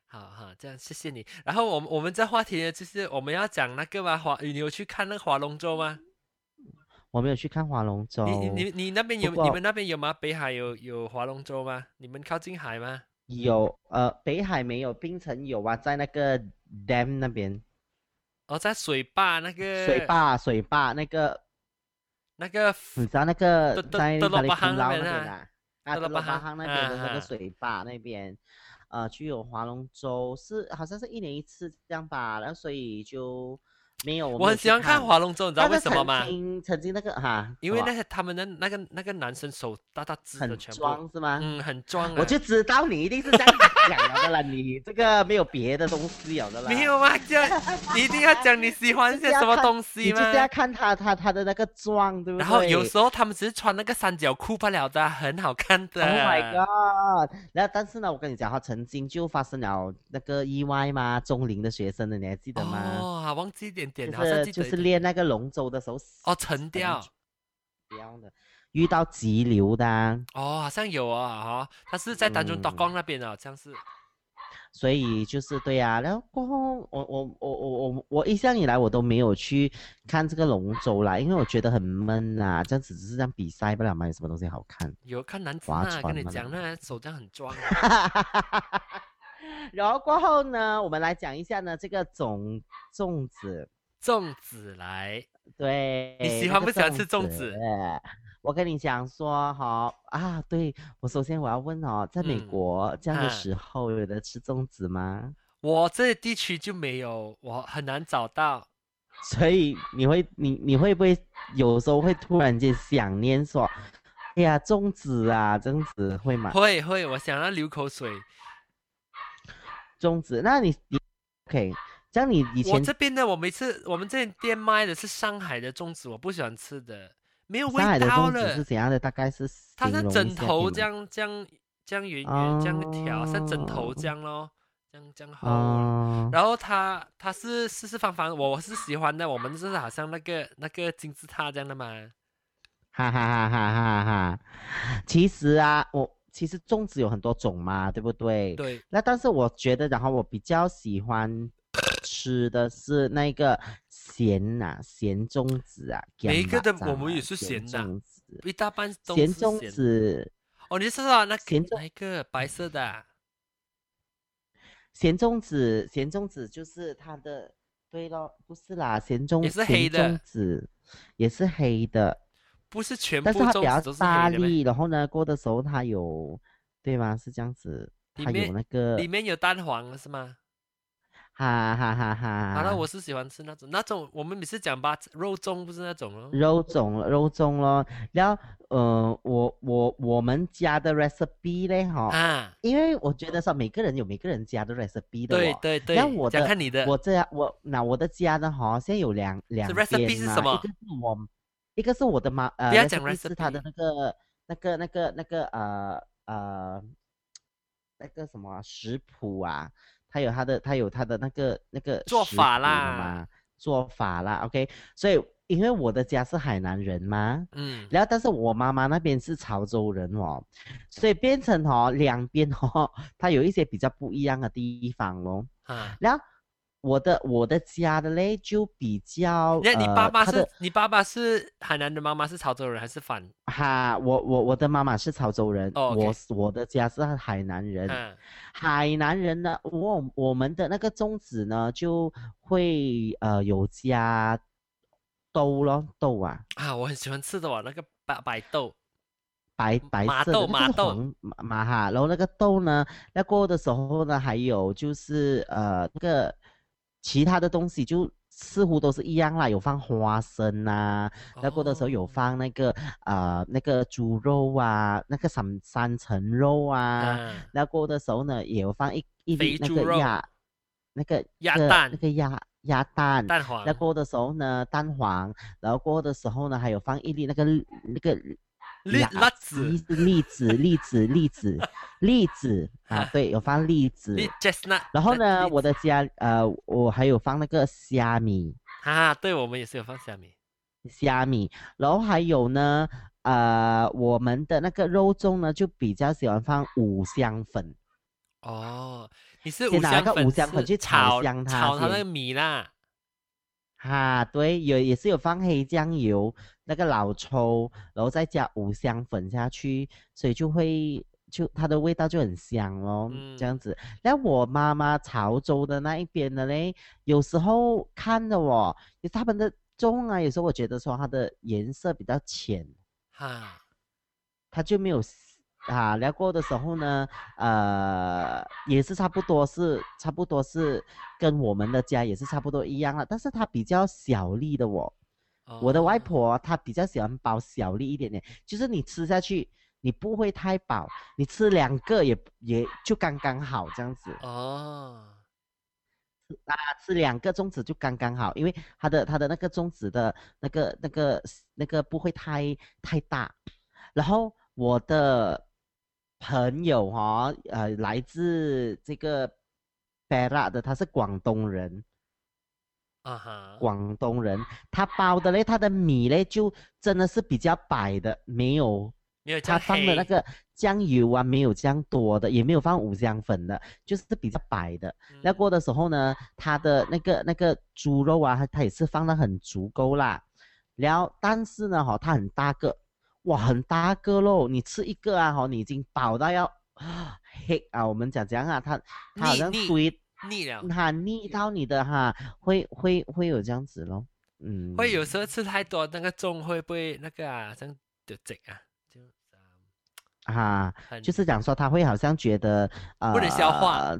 Speaker 1: 好好，这样谢谢你。然后我们我们这话题呢，就是我们要讲那个吗？划，你有去看那个划龙舟吗？
Speaker 2: 我没有去看划龙舟。
Speaker 1: 你你你你那边
Speaker 2: 哦不
Speaker 1: 有你
Speaker 2: 过
Speaker 1: 们那边有吗？北海有有划龙舟吗？你们靠近海吗？
Speaker 2: 有呃，北海没有，槟城有啊，在那个 dam 那边，
Speaker 1: 哦，在水坝那个
Speaker 2: 水坝水坝那个，
Speaker 1: 那个
Speaker 2: 你知道那个
Speaker 1: 德德
Speaker 2: 在
Speaker 1: 德
Speaker 2: 哪里
Speaker 1: 鲁巴
Speaker 2: 古
Speaker 1: 杭
Speaker 2: 老
Speaker 1: 那边
Speaker 2: 那边
Speaker 1: 啊
Speaker 2: 啊，啊，
Speaker 1: 德
Speaker 2: 德
Speaker 1: 鲁巴
Speaker 2: 鲁巴
Speaker 1: 杭
Speaker 2: 杭那边的那
Speaker 1: 啊啊
Speaker 2: 个水坝那边，呃，具有划龙舟是好像是一年一次这样吧，然后所以就没有，我
Speaker 1: 我很喜欢看
Speaker 2: 看
Speaker 1: 《划龙舟》，你知道为什么吗
Speaker 2: 但是？曾经曾经那个哈，
Speaker 1: 因为
Speaker 2: 什
Speaker 1: 那
Speaker 2: 么
Speaker 1: 些他们的那个那个男生手大大只的
Speaker 2: 很
Speaker 1: 全部，
Speaker 2: 装是吗？
Speaker 1: 嗯，很壮啊。
Speaker 2: 我就知道你一定是这样子讲了的啦，你这个没有别的东西了的 啦。
Speaker 1: 没 有吗？这样你一定要讲你喜欢些什么东
Speaker 2: 你
Speaker 1: 西
Speaker 2: 就
Speaker 1: 吗
Speaker 2: 是？要看他他他的那个妆，对不对？
Speaker 1: 然后有时候他们只是穿那个三角裤罢了的，很好看的。
Speaker 2: Oh my god！然后但是呢，我跟你讲，他曾经就发生了那个意外嘛，中林的学生的，你还记得吗？
Speaker 1: 哦，忘记一点点，
Speaker 2: 就
Speaker 1: 好像
Speaker 2: 是
Speaker 1: 记
Speaker 2: 就
Speaker 1: 得一
Speaker 2: 是
Speaker 1: 点
Speaker 2: 练那个龙舟的时候
Speaker 1: 哦，沉掉
Speaker 2: 掉的，遇到急流的啊、
Speaker 1: 哦，好像有啊、哦，他是在丹中岛
Speaker 2: 嗯
Speaker 1: 港那边的，好像是。
Speaker 2: 所以就是对呀、然后过后，我我我我我我一向以来我都没有去看这个龙舟啦，因为我觉得很闷啦，这样子只是这样比赛不了嘛，有什么东西好看？
Speaker 1: 有看男子
Speaker 2: 划
Speaker 1: 那跟
Speaker 2: 船
Speaker 1: 你
Speaker 2: 嘛
Speaker 1: 讲，那手这样很壮啊。
Speaker 2: 然后过后呢，我们来讲一下呢这个粽粽子，
Speaker 1: 粽子来，
Speaker 2: 对，
Speaker 1: 你喜
Speaker 2: 那
Speaker 1: 欢
Speaker 2: 个
Speaker 1: 不喜欢吃粽子
Speaker 2: 我跟你讲说哈啊，对我首先我要问哦，在美
Speaker 1: 嗯
Speaker 2: 国、这样
Speaker 1: 啊
Speaker 2: 的时候有人吃粽子吗？
Speaker 1: 我这地区就没有，我很难找到。
Speaker 2: 所以你会你你会不会有时候会突然间想念说，哎呀粽子啊粽子会吗？
Speaker 1: 会会，我想要流口水。
Speaker 2: 粽子，那你你 OK，这样你以
Speaker 1: 我
Speaker 2: 前
Speaker 1: 这边的，我每次我们这边店卖的是上海的粽子，我不喜欢吃的，没有味
Speaker 2: 上海的
Speaker 1: 道
Speaker 2: 粽子
Speaker 1: 了
Speaker 2: 是。怎样的？大概是
Speaker 1: 它
Speaker 2: 形
Speaker 1: 是
Speaker 2: 容一
Speaker 1: 枕
Speaker 2: 下哦
Speaker 1: 头
Speaker 2: 给
Speaker 1: 这样这样这样圆圆这样条，像枕头
Speaker 2: 哦
Speaker 1: 这样咯，这样这样
Speaker 2: 我
Speaker 1: 厚。
Speaker 2: 哦，
Speaker 1: 然后它它是四四方方，我我是喜欢的。我们就是好像那个那个金字塔这样的嘛。
Speaker 2: 哈哈哈哈哈哈。其实啊，我其实粽子有很多种嘛，对不对？
Speaker 1: 对，
Speaker 2: 那但是我觉得，然后我比较喜欢吃的是那个咸呐、咸粽子啊。
Speaker 1: 每一个的
Speaker 2: giam
Speaker 1: 我们
Speaker 2: 啊
Speaker 1: 也是咸的
Speaker 2: 粽子，
Speaker 1: 一大半都
Speaker 2: 咸
Speaker 1: 是
Speaker 2: 粽
Speaker 1: 咸的
Speaker 2: 子，
Speaker 1: 哦，你是说那个
Speaker 2: 咸粽
Speaker 1: 那一个白色的啊、
Speaker 2: 咸粽子，咸粽子就是它的，对咯，不是啦，咸粽
Speaker 1: 也是黑的
Speaker 2: 咸粽子也是黑的，
Speaker 1: 不是全部
Speaker 2: 但是它比
Speaker 1: 粽
Speaker 2: 较
Speaker 1: 子都是
Speaker 2: 大
Speaker 1: 黑的咩？
Speaker 2: 粒，然后呢，过的时候它有，对吗？是这样子，
Speaker 1: 里
Speaker 2: 它有
Speaker 1: 面
Speaker 2: 那个，
Speaker 1: 里面有蛋黄是吗？
Speaker 2: 哈哈哈哈。
Speaker 1: 好了，我是喜欢啊吃那种那种，我们每次讲吧，肉粽不是那种哦。
Speaker 2: 肉粽了，肉粽咯。然后，呃，我我我们家的 recipe 嘞哈，
Speaker 1: 啊，
Speaker 2: 因为我觉得说每个人有每个人家的 recipe 的
Speaker 1: 对
Speaker 2: 哦。
Speaker 1: 对对，
Speaker 2: 那我
Speaker 1: 想
Speaker 2: 的
Speaker 1: 看你的，
Speaker 2: 我这样我那我的家呢哈，现在有两两边
Speaker 1: recipe 是
Speaker 2: 嘛
Speaker 1: 什么
Speaker 2: 一个是我，一个是我的妈呃，
Speaker 1: 不要讲
Speaker 2: recipe 是他的那个那个那个那个呃呃那个什么啊食谱啊，他有他的他有他的那个那个
Speaker 1: 做
Speaker 2: 食
Speaker 1: 法
Speaker 2: 谱的
Speaker 1: 啦
Speaker 2: 嘛，做法啦，OK，所以因为我的家是海南人嘛，
Speaker 1: 嗯，
Speaker 2: 然后，但是我妈妈那边是潮州人哦，所以变成哦两边哦， 它有一些比较不一样的地方咯。
Speaker 1: 啊，
Speaker 2: 然后我的我的家的嘞就比较，
Speaker 1: 那你爸
Speaker 2: 呃
Speaker 1: 爸
Speaker 2: 它
Speaker 1: 是
Speaker 2: 的
Speaker 1: 你爸爸是海南的，妈妈是潮州人还是反？
Speaker 2: 哈，我我我的妈妈是潮州人，
Speaker 1: 哦，OK
Speaker 2: 我是我的家是海南人，
Speaker 1: 嗯，
Speaker 2: 海南人呢，我我们的那个粽子呢就会呃有加豆咯豆啊，
Speaker 1: 啊，我很喜欢吃的哦，那个白白豆，
Speaker 2: 白白
Speaker 1: 嗯麻
Speaker 2: 色
Speaker 1: 豆
Speaker 2: 的，那
Speaker 1: 麻
Speaker 2: 个是
Speaker 1: 豆
Speaker 2: 黄麻麻哈，然后那个豆呢，那过后的时候呢，还有就是呃那个其他的东西就似乎都是一样啦，有放花生啊呐、那过后的时候有
Speaker 1: 哦
Speaker 2: 放那个呃那个猪肉啊，那个三三层肉啊，
Speaker 1: 啊，
Speaker 2: 那过后的时候呢也有放一一
Speaker 1: 肥
Speaker 2: 粒那
Speaker 1: 猪
Speaker 2: 个
Speaker 1: 肉
Speaker 2: 鸭，那个
Speaker 1: 鸭
Speaker 2: 那个
Speaker 1: 蛋
Speaker 2: 那个鸭鸭蛋，
Speaker 1: 蛋黄
Speaker 2: 那过后的时候呢蛋黄，然后过后的时候呢还有放一粒那个那个
Speaker 1: 栗
Speaker 2: 呀
Speaker 1: 辣子，
Speaker 2: 栗栗子，栗 子，栗子，栗子啊，对，有放栗子。
Speaker 1: 栗 chestnut，
Speaker 2: 然后
Speaker 1: 那
Speaker 2: 呢，
Speaker 1: 栗
Speaker 2: 我的家呃，我还有放那个虾米，
Speaker 1: 啊，对我们也是有放虾米，
Speaker 2: 虾米，然后还有呢，呃，我们的那个肉粽呢，就比较喜欢放五香粉，
Speaker 1: 哦，你是
Speaker 2: 先
Speaker 1: 五
Speaker 2: 拿那
Speaker 1: 香
Speaker 2: 个
Speaker 1: 粉
Speaker 2: 五香粉
Speaker 1: 是
Speaker 2: 去炒
Speaker 1: 炒
Speaker 2: 香它
Speaker 1: 炒它那个
Speaker 2: 先
Speaker 1: 米啦，
Speaker 2: 哈，对，有也是有放黑酱油，那个老抽，然后再加五香粉下去，所以就会就它的味道就很香咯，这样子。那我妈妈潮州的那一边的嘞，有时候看的哦，就他们的粽啊，有时候我觉得说它的颜色比较浅，
Speaker 1: 哈，
Speaker 2: 它就没有啊聊过的时候呢，呃，也是差不多是差不多是跟我们的家也是差不多一样了，但是他比较小粒的我，我的
Speaker 1: 哦
Speaker 2: 外婆她比较喜欢包小粒一点点，就是你吃下去你不会太饱，你吃两个也也就刚刚好这样子。
Speaker 1: 哦，
Speaker 2: 啊，吃两个粽子就刚刚好，因为它的它的那个粽子的那个那个那个不会太太大。然后我的朋友哈、哦，呃，来自这个北拉的，他是广东人，
Speaker 1: 啊哈，
Speaker 2: 广东人，他包的嘞，他的米嘞就真的是比较白的，没有
Speaker 1: 没有这
Speaker 2: 他
Speaker 1: 样
Speaker 2: 放的那
Speaker 1: 黑
Speaker 2: 个酱油啊，没有这样多的，也没有放五香粉的，就是比较白的。那
Speaker 1: 嗯
Speaker 2: 锅的时候呢，它的那个那个猪肉啊，它它也是放的很足够啦。然后，但是呢，哈、它很大个，哇，很大个咯。你吃一个啊，哈、你已经饱到要嘿啊，我们讲讲啊，它它好
Speaker 1: 腻
Speaker 2: 像
Speaker 1: 腻哦
Speaker 2: 堆
Speaker 1: 腻了，
Speaker 2: 它腻到你的哈，会会会有这样子咯，嗯，
Speaker 1: 会有时候吃太多那个粽会不会那个啊，像就这啊，就
Speaker 2: 啊，
Speaker 1: 很
Speaker 2: 就是讲说他会好像觉得呃
Speaker 1: 嗯不能消化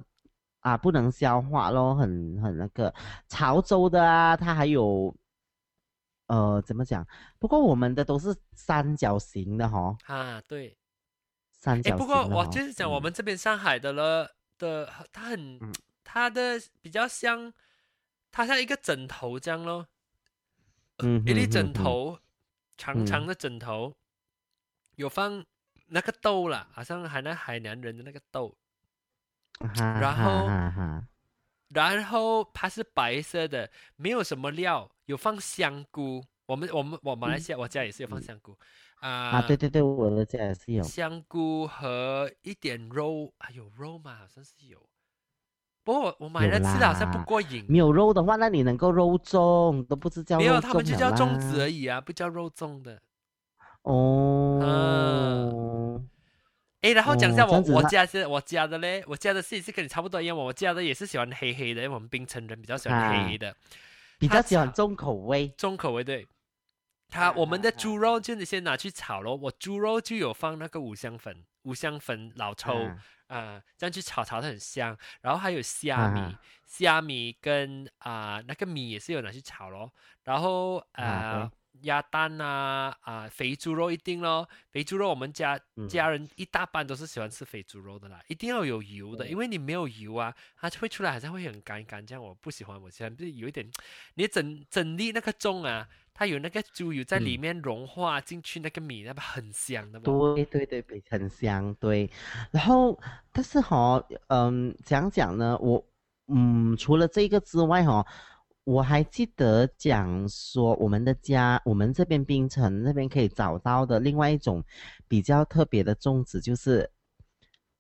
Speaker 2: 啊，不能消化咯，很很那个潮州的啊，它还有呃怎么讲？不过我们的都是三角形的哈、哦，
Speaker 1: 啊对，
Speaker 2: 三
Speaker 1: 哎，
Speaker 2: 角形的、
Speaker 1: 不
Speaker 2: 哦
Speaker 1: 过我就是讲我们这边上海的了的，它很
Speaker 2: 嗯
Speaker 1: 它的比较像，它像一个枕头这样咯，
Speaker 2: 嗯
Speaker 1: 一
Speaker 2: 哼
Speaker 1: 粒
Speaker 2: 哼
Speaker 1: 枕
Speaker 2: 哼
Speaker 1: 头，长
Speaker 2: 嗯
Speaker 1: 长的枕头，有放那个豆啦，好像海南海南人的那个豆，
Speaker 2: 哈
Speaker 1: 然
Speaker 2: 啊哈
Speaker 1: 后
Speaker 2: 哈哈
Speaker 1: 然后它是白色的，没有什么料，有放香菇。我们我们我马来西亚我家也是有放香菇啊、
Speaker 2: 嗯啊，对对对，我的家也是有
Speaker 1: 香菇和一点肉，啊有肉吗？好像是有，不过我我买
Speaker 2: 有
Speaker 1: 了吃的好像不
Speaker 2: 啦
Speaker 1: 过瘾，
Speaker 2: 没有肉的话，那你能够肉粽都不是叫
Speaker 1: 没
Speaker 2: 肉
Speaker 1: 有
Speaker 2: 粽
Speaker 1: 他们就
Speaker 2: 了
Speaker 1: 叫粽
Speaker 2: 啦
Speaker 1: 子而已啊，不叫肉粽的。啊
Speaker 2: 哦。
Speaker 1: 嗯诶，然后讲一
Speaker 2: 哦
Speaker 1: 下
Speaker 2: 这
Speaker 1: 我、
Speaker 2: 样子
Speaker 1: 我
Speaker 2: 那
Speaker 1: 家是我家的嘞，我家的是也是跟你差不多一样，我家的也是喜欢黑黑的，因为我们槟城人比较喜欢黑
Speaker 2: 啊
Speaker 1: 黑的，
Speaker 2: 比
Speaker 1: 它
Speaker 2: 较喜欢
Speaker 1: 炒
Speaker 2: 重口味
Speaker 1: 重口味对。它
Speaker 2: 啊
Speaker 1: 我们
Speaker 2: 啊
Speaker 1: 的
Speaker 2: 啊
Speaker 1: 猪肉就你先拿去炒咯，我猪肉就有放那个五香粉、五香粉、老抽啊、
Speaker 2: 啊
Speaker 1: 这样去炒，炒的很香。然后还有虾米，
Speaker 2: 啊
Speaker 1: 虾米跟啊、那个米也是有拿去炒咯。然后
Speaker 2: 啊
Speaker 1: 呃鸭蛋啊啊、肥猪肉一定咯，肥猪肉我们家
Speaker 2: 嗯
Speaker 1: 家人一大半都是喜欢吃肥猪肉的啦，一定要有油的，
Speaker 2: 对
Speaker 1: 因为你没有油啊，它就会出来好像会很干干这样，我不喜欢，我喜欢就是有一点，你整整粒那个粽啊，它有那个猪油在里面融化进去那个米，那不很香的吗？
Speaker 2: 对对对，北城香对。然后，但是哈、嗯，讲讲呢，我嗯，除了这个之外哈、我还记得讲说我们的家，我们这边槟城那边可以找到的另外一种比较特别的粽子，就是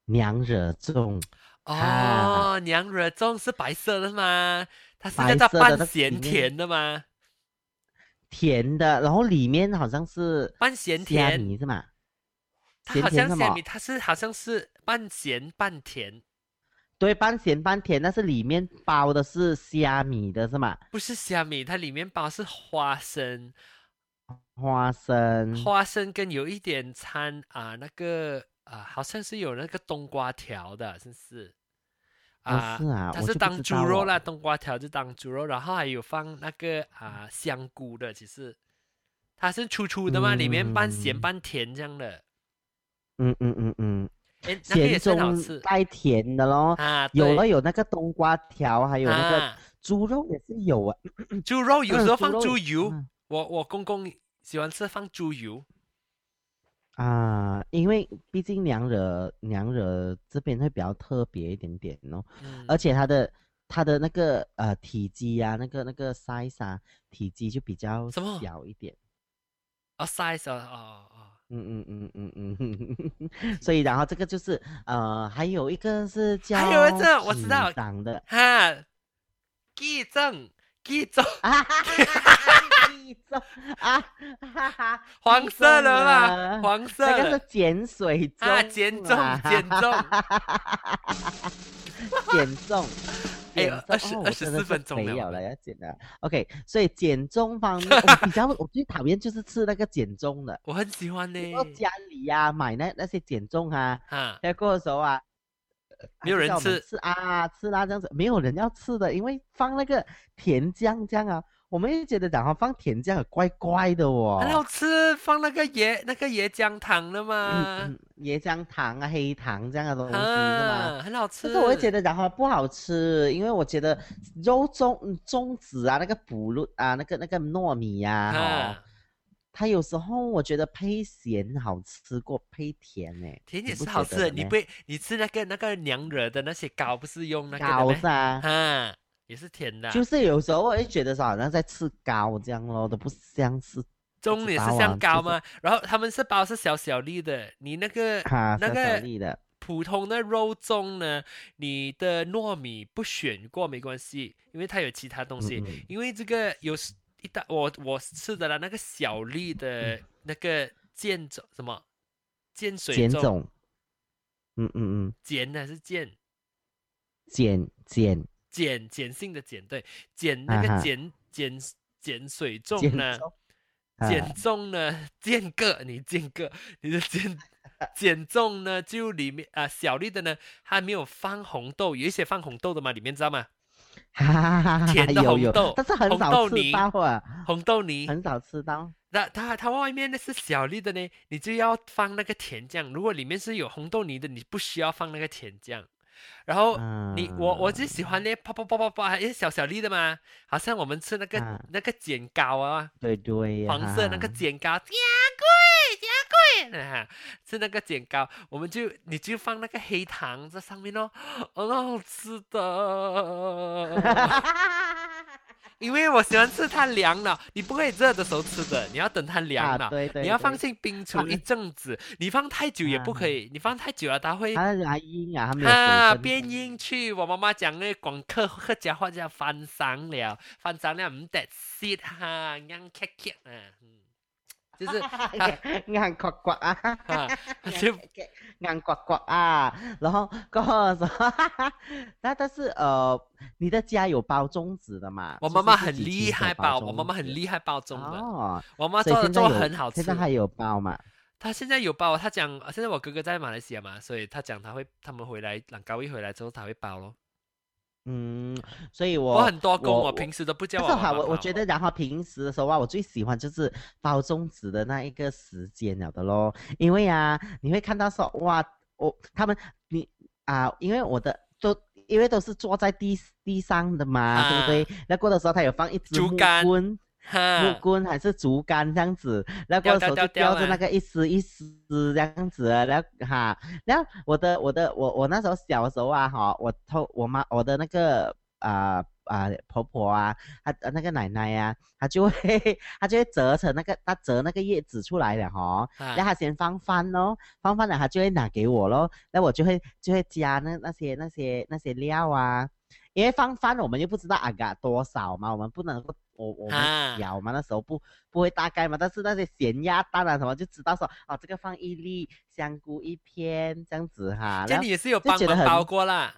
Speaker 2: 娘惹粽，啊
Speaker 1: 哦，娘惹粽是白色的吗？它是那
Speaker 2: 白
Speaker 1: 个
Speaker 2: 色的那
Speaker 1: 半
Speaker 2: 个
Speaker 1: 咸
Speaker 2: 里面
Speaker 1: 甜的吗？
Speaker 2: 甜的，然后里面好像是
Speaker 1: 半咸
Speaker 2: 虾
Speaker 1: 甜
Speaker 2: 米是吗？
Speaker 1: 它
Speaker 2: 咸
Speaker 1: 好
Speaker 2: 甜
Speaker 1: 像
Speaker 2: 什
Speaker 1: 虾
Speaker 2: 么
Speaker 1: 米，它是好像是半咸半甜，
Speaker 2: 对，半咸半甜，但是里面包的是虾米的是吗？
Speaker 1: 不是虾米，它里面包是花生，
Speaker 2: 花生，
Speaker 1: 花生跟有一点掺啊、那个啊、好像是有那个冬瓜条的，真是啊、
Speaker 2: 啊是啊，
Speaker 1: 它
Speaker 2: 我
Speaker 1: 是
Speaker 2: 就不
Speaker 1: 当
Speaker 2: 知
Speaker 1: 猪
Speaker 2: 道
Speaker 1: 肉
Speaker 2: 哦
Speaker 1: 啦，冬瓜条就当猪肉，然后还有放那个啊、香菇的，其实它是粗粗的嘛，里面半咸
Speaker 2: 嗯
Speaker 1: 半甜这样的，
Speaker 2: 嗯嗯嗯嗯，
Speaker 1: 诶，那个也
Speaker 2: 咸
Speaker 1: 是很好
Speaker 2: 中
Speaker 1: 吃
Speaker 2: 带甜的咯，
Speaker 1: 啊，
Speaker 2: 有
Speaker 1: 对
Speaker 2: 了有那个冬瓜条，还有那个
Speaker 1: 啊
Speaker 2: 猪肉也是有啊，
Speaker 1: 猪肉有时候放猪
Speaker 2: 猪肉也
Speaker 1: 油，
Speaker 2: 嗯
Speaker 1: 我我公公喜欢吃放猪油，
Speaker 2: 啊，因为毕竟娘惹娘惹这边会比较特别一点点哦，
Speaker 1: 嗯，
Speaker 2: 而且它的它的那个呃体积啊，那个那个 size 啊，体积就比较
Speaker 1: 什么
Speaker 2: 小一点。
Speaker 1: 哦 size 哦哦哦，
Speaker 2: 嗯嗯嗯嗯嗯嗯， 所以然后这个就是呃，还有一个是叫
Speaker 1: 还有一个我知
Speaker 2: 纸
Speaker 1: 道
Speaker 2: 档的，
Speaker 1: 哈，地正地正
Speaker 2: 啊哈哈哈哈！地中啊哈哈，
Speaker 1: 黄色的
Speaker 2: 啦，
Speaker 1: 啦，黄色
Speaker 2: 那个
Speaker 1: 的
Speaker 2: 是碱水粽
Speaker 1: 啊，减重
Speaker 2: 啦
Speaker 1: 减重，
Speaker 2: 碱粽，减
Speaker 1: 哎20
Speaker 2: 重，哦我
Speaker 1: 24
Speaker 2: 真的是
Speaker 1: 分钟
Speaker 2: 肥
Speaker 1: 了
Speaker 2: 了了，要减了。OK，所以减重方 面，我比较我最讨厌就是吃那个减重的，
Speaker 1: 我很喜欢呢、
Speaker 2: 到家里呀、买那那些减重啊，
Speaker 1: 啊，
Speaker 2: 要过的时候啊，
Speaker 1: 没有
Speaker 2: 还是
Speaker 1: 人
Speaker 2: 叫我们
Speaker 1: 吃
Speaker 2: 吃啊吃啦、这样子，没有人要吃的，因为放那个甜酱这样啊，我们也觉得讲哈放甜酱怪怪的哦。
Speaker 1: 很好吃，放那个椰那个椰浆糖的嘛，
Speaker 2: 嗯，嗯椰浆糖啊、黑糖这样的东西是吗？
Speaker 1: 啊，很好吃。
Speaker 2: 这个我会觉得然后不好吃，因为我觉得肉粽、嗯粽子啊、那个补露啊、那个那个糯米呀、啊，哦
Speaker 1: 啊，
Speaker 2: 它有时候我觉得配咸好吃过配甜诶、
Speaker 1: 甜
Speaker 2: 你
Speaker 1: 点
Speaker 2: 不
Speaker 1: 是好
Speaker 2: 觉
Speaker 1: 吃
Speaker 2: 得
Speaker 1: 的，
Speaker 2: 的
Speaker 1: 你
Speaker 2: 咩
Speaker 1: 不会你吃那个那个娘惹的那些糕，不是用那个的
Speaker 2: 糕
Speaker 1: 咩
Speaker 2: 子啊，
Speaker 1: 啊，也是甜的啊。
Speaker 2: 就是有时候我会觉得说好像在吃糕这样咯，都不像是
Speaker 1: 中也是
Speaker 2: 知道啊
Speaker 1: 像糕
Speaker 2: 就是
Speaker 1: 嘛，然后他们是包是小小粒的，你那个
Speaker 2: 哈
Speaker 1: 那
Speaker 2: 小小
Speaker 1: 个
Speaker 2: 粒的。
Speaker 1: 普通的肉粽呢，你的糯米不选过没关系，因为它有其他东西。
Speaker 2: 嗯嗯
Speaker 1: 因为这个有时一大我我吃的啦，那个小粒的那个碱种什么碱水
Speaker 2: 碱
Speaker 1: 粽，
Speaker 2: 种，嗯嗯嗯，
Speaker 1: 碱还是碱
Speaker 2: 碱碱
Speaker 1: 碱碱性的碱，对碱那
Speaker 2: 啊
Speaker 1: 个
Speaker 2: 哈
Speaker 1: 碱碱碱水
Speaker 2: 碱
Speaker 1: 粽呢，
Speaker 2: 种，啊
Speaker 1: 减重呢，间隔你间隔你的 减减重呢，就里面啊、小粒的呢，它没有放红豆，有一些放红豆的嘛，里面知道吗？
Speaker 2: 哈哈哈，
Speaker 1: 甜的
Speaker 2: 有
Speaker 1: 红
Speaker 2: 有
Speaker 1: 豆，
Speaker 2: 但是很
Speaker 1: 红
Speaker 2: 少
Speaker 1: 豆
Speaker 2: 吃
Speaker 1: 泥
Speaker 2: 到啊，
Speaker 1: 红豆泥，
Speaker 2: 很少吃到。
Speaker 1: 那它它外面的是小粒的呢，你就要放那个甜酱。如果里面是有红豆泥的，你不需要放那个甜酱。然后
Speaker 2: 啊嗯
Speaker 1: 你、我我就喜欢呢，啪啪啪啪啪，还是小小粒的嘛，好像我们吃那个、
Speaker 2: 啊
Speaker 1: 那个剪糕啊，
Speaker 2: 对对呀，
Speaker 1: 黄色那个
Speaker 2: 哈哈
Speaker 1: 剪糕，牙贵牙贵， 啊，是那个剪糕，我们就你就放那个黑糖在上面咯，很好吃的。 因为我喜欢吃它凉了，你不可以热的时候吃的，你要等它凉了，
Speaker 2: 啊， 对对，
Speaker 1: 你要
Speaker 2: 对
Speaker 1: 放进冰橱
Speaker 2: 放
Speaker 1: 一阵子，你放太久也不可以，你放太久了它会。
Speaker 2: 它牙龈啊，它没有
Speaker 1: 啊，
Speaker 2: 水分
Speaker 1: 变音去！我妈妈讲那广客客家话叫翻山了，翻山了唔得 shit 哈，硬咳咳啊，嗯， 就是
Speaker 2: 硬刮刮啊，
Speaker 1: 啊， 就
Speaker 2: 硬刮刮啊，然后过后说，那但是呃，你的家有包粽子的嘛？
Speaker 1: 我
Speaker 2: 就
Speaker 1: 妈
Speaker 2: 是
Speaker 1: 妈
Speaker 2: 自
Speaker 1: 很
Speaker 2: 己
Speaker 1: 厉
Speaker 2: 亲手
Speaker 1: 害包，
Speaker 2: 包
Speaker 1: 我妈妈很
Speaker 2: 粽子
Speaker 1: 厉害包粽的，
Speaker 2: 哦，
Speaker 1: 我妈
Speaker 2: 所以
Speaker 1: 做
Speaker 2: 现在
Speaker 1: 做
Speaker 2: 有
Speaker 1: 很好吃
Speaker 2: 现在。还有包嘛？
Speaker 1: 她现在有包，她讲呃现在我哥哥在马来西亚嘛，所以她讲她会他们回来朗高一回来之后她会包咯。
Speaker 2: 嗯，所以我
Speaker 1: 我很多工，
Speaker 2: 我
Speaker 1: 我平时都不叫
Speaker 2: 但
Speaker 1: 我
Speaker 2: 是
Speaker 1: 妈妈
Speaker 2: 哈，我
Speaker 1: 包
Speaker 2: 我觉得，然后平时的时候啊，我最喜欢就是包粽子的那一个时间了的咯，因为啊，你会看到说哇，我他们你啊，因为我的都因为都是坐在地地上的嘛，对不对？那过的时候他有放一
Speaker 1: 啊
Speaker 2: 只
Speaker 1: 竹
Speaker 2: 木
Speaker 1: 竿
Speaker 2: 棍，木
Speaker 1: 哈，
Speaker 2: 棍还是竹竿这样子，然后
Speaker 1: 吊
Speaker 2: 过的时候
Speaker 1: 吊
Speaker 2: 就
Speaker 1: 吊吊
Speaker 2: 吊着
Speaker 1: 啊
Speaker 2: 那个一丝一丝这样子，然后哈，然后我的我的我我那时候小的时候啊哈，我偷我妈我的那个啊啊、婆婆啊，她呃那个奶奶呀、啊，她就会 她就会折成那个她折那个叶子出来了哈、
Speaker 1: 啊
Speaker 2: 然后她先放饭咯，放饭了她就会拿给我咯，那我就会就会加那那些那些那些料啊。因为放饭我们又不知道啊嘎多少嘛，我们不能够我我们
Speaker 1: 啊
Speaker 2: 小嘛，那时候不不会大概嘛，但是那些咸鸭蛋啊什么就知道说哦，这个放一粒香菇一片这样子哈，
Speaker 1: 这
Speaker 2: 然
Speaker 1: 样
Speaker 2: 后
Speaker 1: 你也是有
Speaker 2: 就
Speaker 1: 帮
Speaker 2: 觉得
Speaker 1: 忙
Speaker 2: 很
Speaker 1: 包过啦。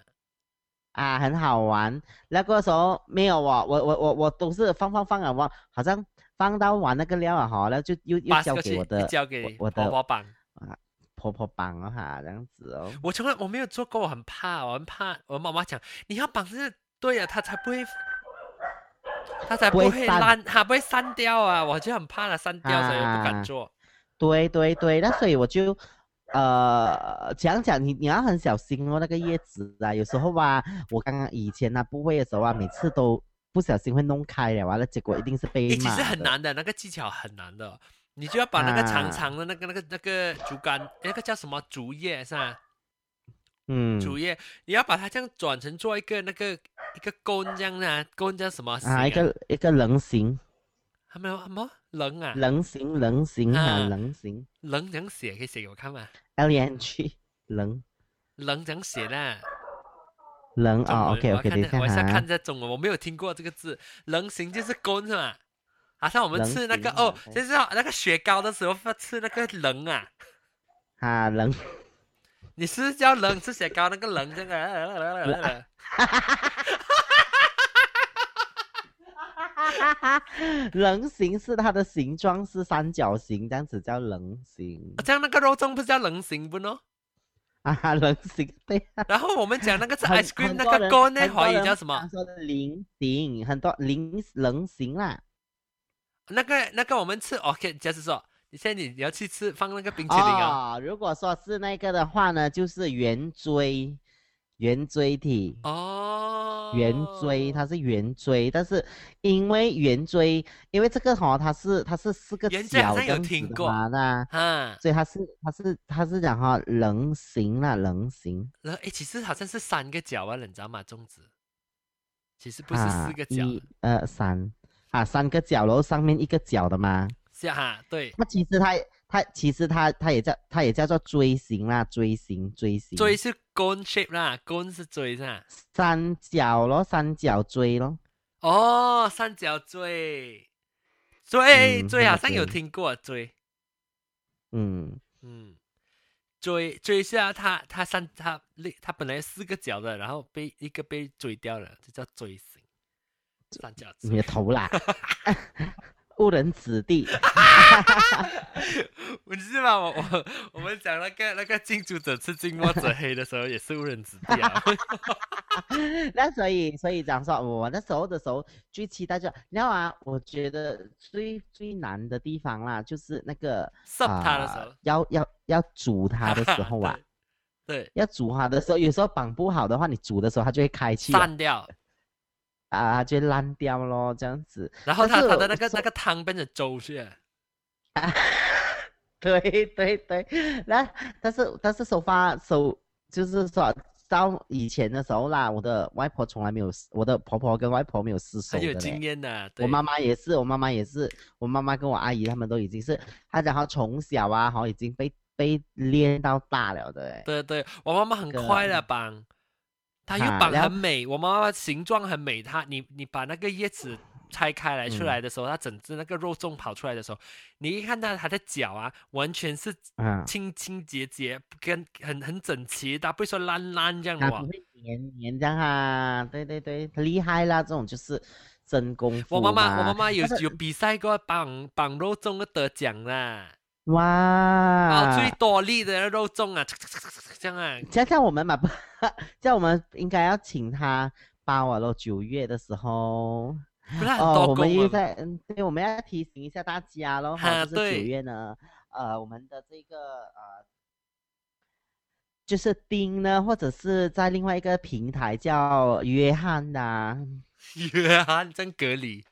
Speaker 2: 啊很好玩。那个时候没有啊我我我我我都是放放放啊，我好像放到完那个料啊哈，然后就又又
Speaker 1: pass
Speaker 2: 交
Speaker 1: 过去
Speaker 2: 给我的
Speaker 1: 交给
Speaker 2: 我我
Speaker 1: 婆
Speaker 2: 的
Speaker 1: 婆绑。
Speaker 2: 婆婆绑了哈，这样子哦。
Speaker 1: 我从来我没有做过，我很怕，我很怕。我妈妈讲你要绑是对呀、她才不会，她才
Speaker 2: 不
Speaker 1: 不
Speaker 2: 会
Speaker 1: 会
Speaker 2: 散
Speaker 1: 烂，她不会散掉啊！我就很怕它散掉，所以我不敢
Speaker 2: 啊
Speaker 1: 做。
Speaker 2: 对对对，那所以我就呃讲讲你你要很小心哦，那个叶子啊，有时候啊，我刚刚以前啊不会的时候啊，每次都不小心会弄开了，完了结果一定是被
Speaker 1: 诶，其
Speaker 2: 骂。
Speaker 1: 实很。难的，那个技巧很难的，你就要把那个长
Speaker 2: 啊
Speaker 1: 长的那个、那个那个竹竿，那个叫什么竹叶是吧？
Speaker 2: 嗯。
Speaker 1: 竹叶，你要把它这样转成做一个那个一个弓这样的、啊，弓叫什么形
Speaker 2: 啊，一个一个棱形，
Speaker 1: 还没有什么棱啊，
Speaker 2: 棱形，棱形啊，
Speaker 1: 啊
Speaker 2: 棱形
Speaker 1: 棱怎样写？可以写给我看吗？
Speaker 2: ，L E N G，棱
Speaker 1: 棱怎样写呢？
Speaker 2: 棱
Speaker 1: 中
Speaker 2: 哦
Speaker 1: 文
Speaker 2: ，OK
Speaker 1: 啊我要
Speaker 2: OK，
Speaker 1: 看
Speaker 2: 等一
Speaker 1: 那我是要
Speaker 2: 下哈
Speaker 1: 看，这中文，我没有听过这个字。棱形就是弓是吧？好像我们
Speaker 2: 棱
Speaker 1: 吃那个
Speaker 2: 形
Speaker 1: 哦
Speaker 2: 啊，对
Speaker 1: 就是那个雪糕的时候吃那个棱啊。
Speaker 2: 啊，棱，啊
Speaker 1: 你是不是叫棱吃雪糕那个棱这个？
Speaker 2: 棱形是它的形状是三角形，这样子叫棱形
Speaker 1: 哦这样那个肉粽不是叫棱形不呢？
Speaker 2: 啊，棱形对啊。
Speaker 1: 然后我们讲那个是
Speaker 2: 很
Speaker 1: ice cream
Speaker 2: 很
Speaker 1: 那
Speaker 2: 多
Speaker 1: 个
Speaker 2: 人
Speaker 1: cone 呢，
Speaker 2: 很多
Speaker 1: 华语
Speaker 2: 人
Speaker 1: 叫什么
Speaker 2: 常？说的菱形，很多菱棱形啦。
Speaker 1: 那个那个我们吃 OK，就是说，你现在你你要去吃放那个冰淇淋啊、
Speaker 2: 哦，如果说是那个的话呢，就是圆锥，圆锥体。
Speaker 1: 哦，
Speaker 2: 圆锥，它是圆锥，但是因为圆锥，因为这个哈、它是它是四个
Speaker 1: 圆锥好像
Speaker 2: 角这
Speaker 1: 有
Speaker 2: 样子
Speaker 1: 听
Speaker 2: 的
Speaker 1: 过
Speaker 2: 嘛那
Speaker 1: 哈，
Speaker 2: 所以它是它是它是讲哈、棱形啦，棱形
Speaker 1: 然后诶，其实好像是三个角啊，你知道吗？粽子其实不是
Speaker 2: 啊
Speaker 1: 四个角，
Speaker 2: 一二三啊，三个角，然后上面一个角的嘛。
Speaker 1: 是啊哈，对，
Speaker 2: 那其实它它其实它它也叫它也叫做锥形啦，锥形锥形
Speaker 1: 锥是 cone shape 啦，cone 是锥是啊吧？
Speaker 2: 三角咯，三角锥咯。
Speaker 1: 哦，三角锥，锥
Speaker 2: 嗯
Speaker 1: 锥
Speaker 2: 三
Speaker 1: 好
Speaker 2: 角
Speaker 1: 像有
Speaker 2: 锥
Speaker 1: 听过啊锥，
Speaker 2: 嗯，
Speaker 1: 嗯，锥锥是啊，它它三它那它本来四个角的，然后被一个被追掉了，就叫锥形，三角锥
Speaker 2: 你的。头啦，误人子弟。
Speaker 1: 我知道，我我我们讲那个那个近朱者赤，近墨者黑的时候，也是误人子弟啊。
Speaker 2: 那所以，所以讲说，我那时候的时候最期待就，你知道啊，我觉得最最难的地方啦，就是那个
Speaker 1: 射他的时候
Speaker 2: 呃，要要要煮它的时候啊，
Speaker 1: 对，
Speaker 2: 要煮它的时候，有时候绑不好的话，你煮的时候它就会开
Speaker 1: 对，
Speaker 2: 气啊，
Speaker 1: 散掉，
Speaker 2: 它就会烂掉咯，这样子。
Speaker 1: 然后
Speaker 2: 但
Speaker 1: 他
Speaker 2: 是
Speaker 1: 他的
Speaker 2: 我
Speaker 1: 那个
Speaker 2: 说
Speaker 1: 那个汤变成粥去了。
Speaker 2: 对对对，那但是但是手发手就是说到以前的时候啦，我的外婆从来没有，我的婆婆跟外婆没有失手
Speaker 1: 很
Speaker 2: 的
Speaker 1: 有
Speaker 2: 嘞
Speaker 1: 经验的。对
Speaker 2: 我妈妈也是，我妈妈也是，我妈妈跟我阿姨她们都已经是，她讲她从小啊，好已经被被练到大了的欸。
Speaker 1: 对对，我妈妈很
Speaker 2: 个
Speaker 1: 快的绑，她又
Speaker 2: 啊
Speaker 1: 绑
Speaker 2: 嗯然后
Speaker 1: 很美，我妈妈形状很美，她你你把那个叶子拆开来出
Speaker 2: 嗯
Speaker 1: 来的时候，它整只那个肉粽跑出来的时候，你一看到它的脚啊，完全是
Speaker 2: 嗯，
Speaker 1: 清清洁洁，跟很很整齐，它不会说烂烂这样的
Speaker 2: 她
Speaker 1: 哇
Speaker 2: 啊不。会黏黏这样啊，对对对，厉害啦，这种就是真功夫
Speaker 1: 我妈妈，我妈
Speaker 2: 嘛
Speaker 1: 妈有
Speaker 2: 但是
Speaker 1: 有比赛过绑绑肉粽的得奖啦，啊，
Speaker 2: 哇
Speaker 1: 最，多力的肉粽啊， 这样啊，
Speaker 2: 叫叫我们嘛不， 叫我们应该要请她包啊咯，九月的时候。
Speaker 1: 不是很
Speaker 2: 哦，
Speaker 1: 多
Speaker 2: 我们
Speaker 1: 功
Speaker 2: 又
Speaker 1: 啊。
Speaker 2: 在嗯，对，我们要提醒一下大家喽，
Speaker 1: 哈
Speaker 2: 哈，就是
Speaker 1: 对
Speaker 2: 九月呢，呃，我们的这个呃，就是丁呢，或者是在另外一个平台叫约翰的啊、
Speaker 1: 约翰真隔离，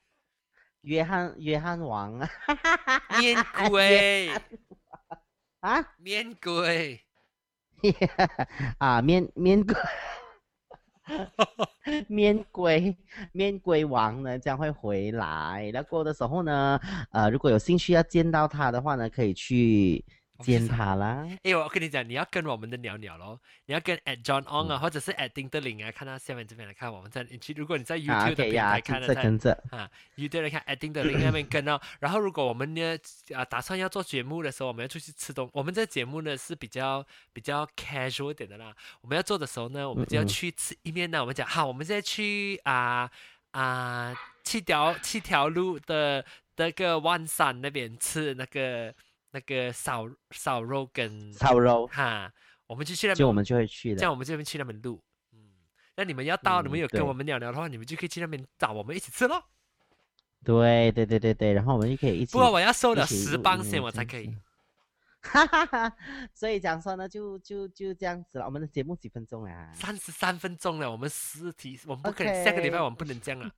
Speaker 2: 约翰约翰王啊
Speaker 1: 面鬼
Speaker 2: 啊
Speaker 1: 面欸鬼，
Speaker 2: 啊面面 鬼面鬼面鬼王呢将会回来，那过的时候呢，呃，如果有兴趣要见到他的话呢，可以去
Speaker 1: 我们去
Speaker 2: 见
Speaker 1: 上
Speaker 2: 他啦。
Speaker 1: 哎，我跟你讲，你要跟我们的鸟鸟咯，你要跟 at John On
Speaker 2: 嗯
Speaker 1: 啊，或者是 at 丁德林啊，看到下面这边来看，我们在你去，如果你在 YouTube 的
Speaker 2: 啊 OK
Speaker 1: 平
Speaker 2: 呀，
Speaker 1: 台看
Speaker 2: 跟
Speaker 1: 的
Speaker 2: 着
Speaker 1: 在
Speaker 2: 跟着，
Speaker 1: 啊，YouTube 的看 at 丁德林那边跟哦。然后如果我们呢啊打算要做节目的时候，我们要出去吃东，我们这节目呢是比较比较 casual 一点的啦。我们要做的时候呢，我们就要
Speaker 2: 嗯嗯
Speaker 1: 去吃一面呢，我们讲好，我们现在去啊啊七条七条路的那个万山那边吃那个那个烧烧肉跟
Speaker 2: 烧肉，
Speaker 1: 哈，我们就去那边，
Speaker 2: 就我们就会去
Speaker 1: 这样
Speaker 2: 的。
Speaker 1: 我们这边去那边录。嗯，那你们要到，你
Speaker 2: 嗯
Speaker 1: 们有跟
Speaker 2: 对
Speaker 1: 我们聊聊的话，你们就可以去那边找我们一起吃咯。
Speaker 2: 对对对对对，然后我们就可以一起。
Speaker 1: 不过我要收
Speaker 2: 一
Speaker 1: 了
Speaker 2: 起
Speaker 1: 十
Speaker 2: 录
Speaker 1: 磅
Speaker 2: 音
Speaker 1: 先，
Speaker 2: 啊
Speaker 1: 我
Speaker 2: 这
Speaker 1: 才
Speaker 2: 样
Speaker 1: 可以
Speaker 2: 子。哈哈哈，所以讲说呢，就就就这样子了。我们的节目几分钟啊？
Speaker 1: 三十三分钟了，我们四题，我们不可以下个礼拜
Speaker 2: OK
Speaker 1: 我们不能这样了，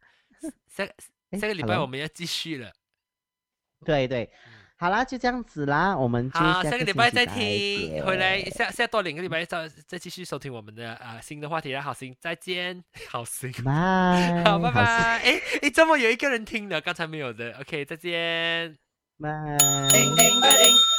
Speaker 1: 下
Speaker 2: 诶
Speaker 1: 下个礼拜
Speaker 2: hello？
Speaker 1: 我们要继续了。
Speaker 2: 对对，好啦，就这样子啦，我们就
Speaker 1: 好，下
Speaker 2: 个
Speaker 1: 个礼
Speaker 2: 星
Speaker 1: 拜
Speaker 2: 期
Speaker 1: 再
Speaker 2: 见
Speaker 1: 听，回来下下多两个礼拜再再继续收听我们的啊、呃新的话题啦。好行，再见，好行，
Speaker 2: 拜，
Speaker 1: 好，拜
Speaker 2: 好
Speaker 1: 拜。诶诶，这么有一个人听了，刚才没有的，OK，再见。
Speaker 2: 拜。
Speaker 1: 叮叮叮叮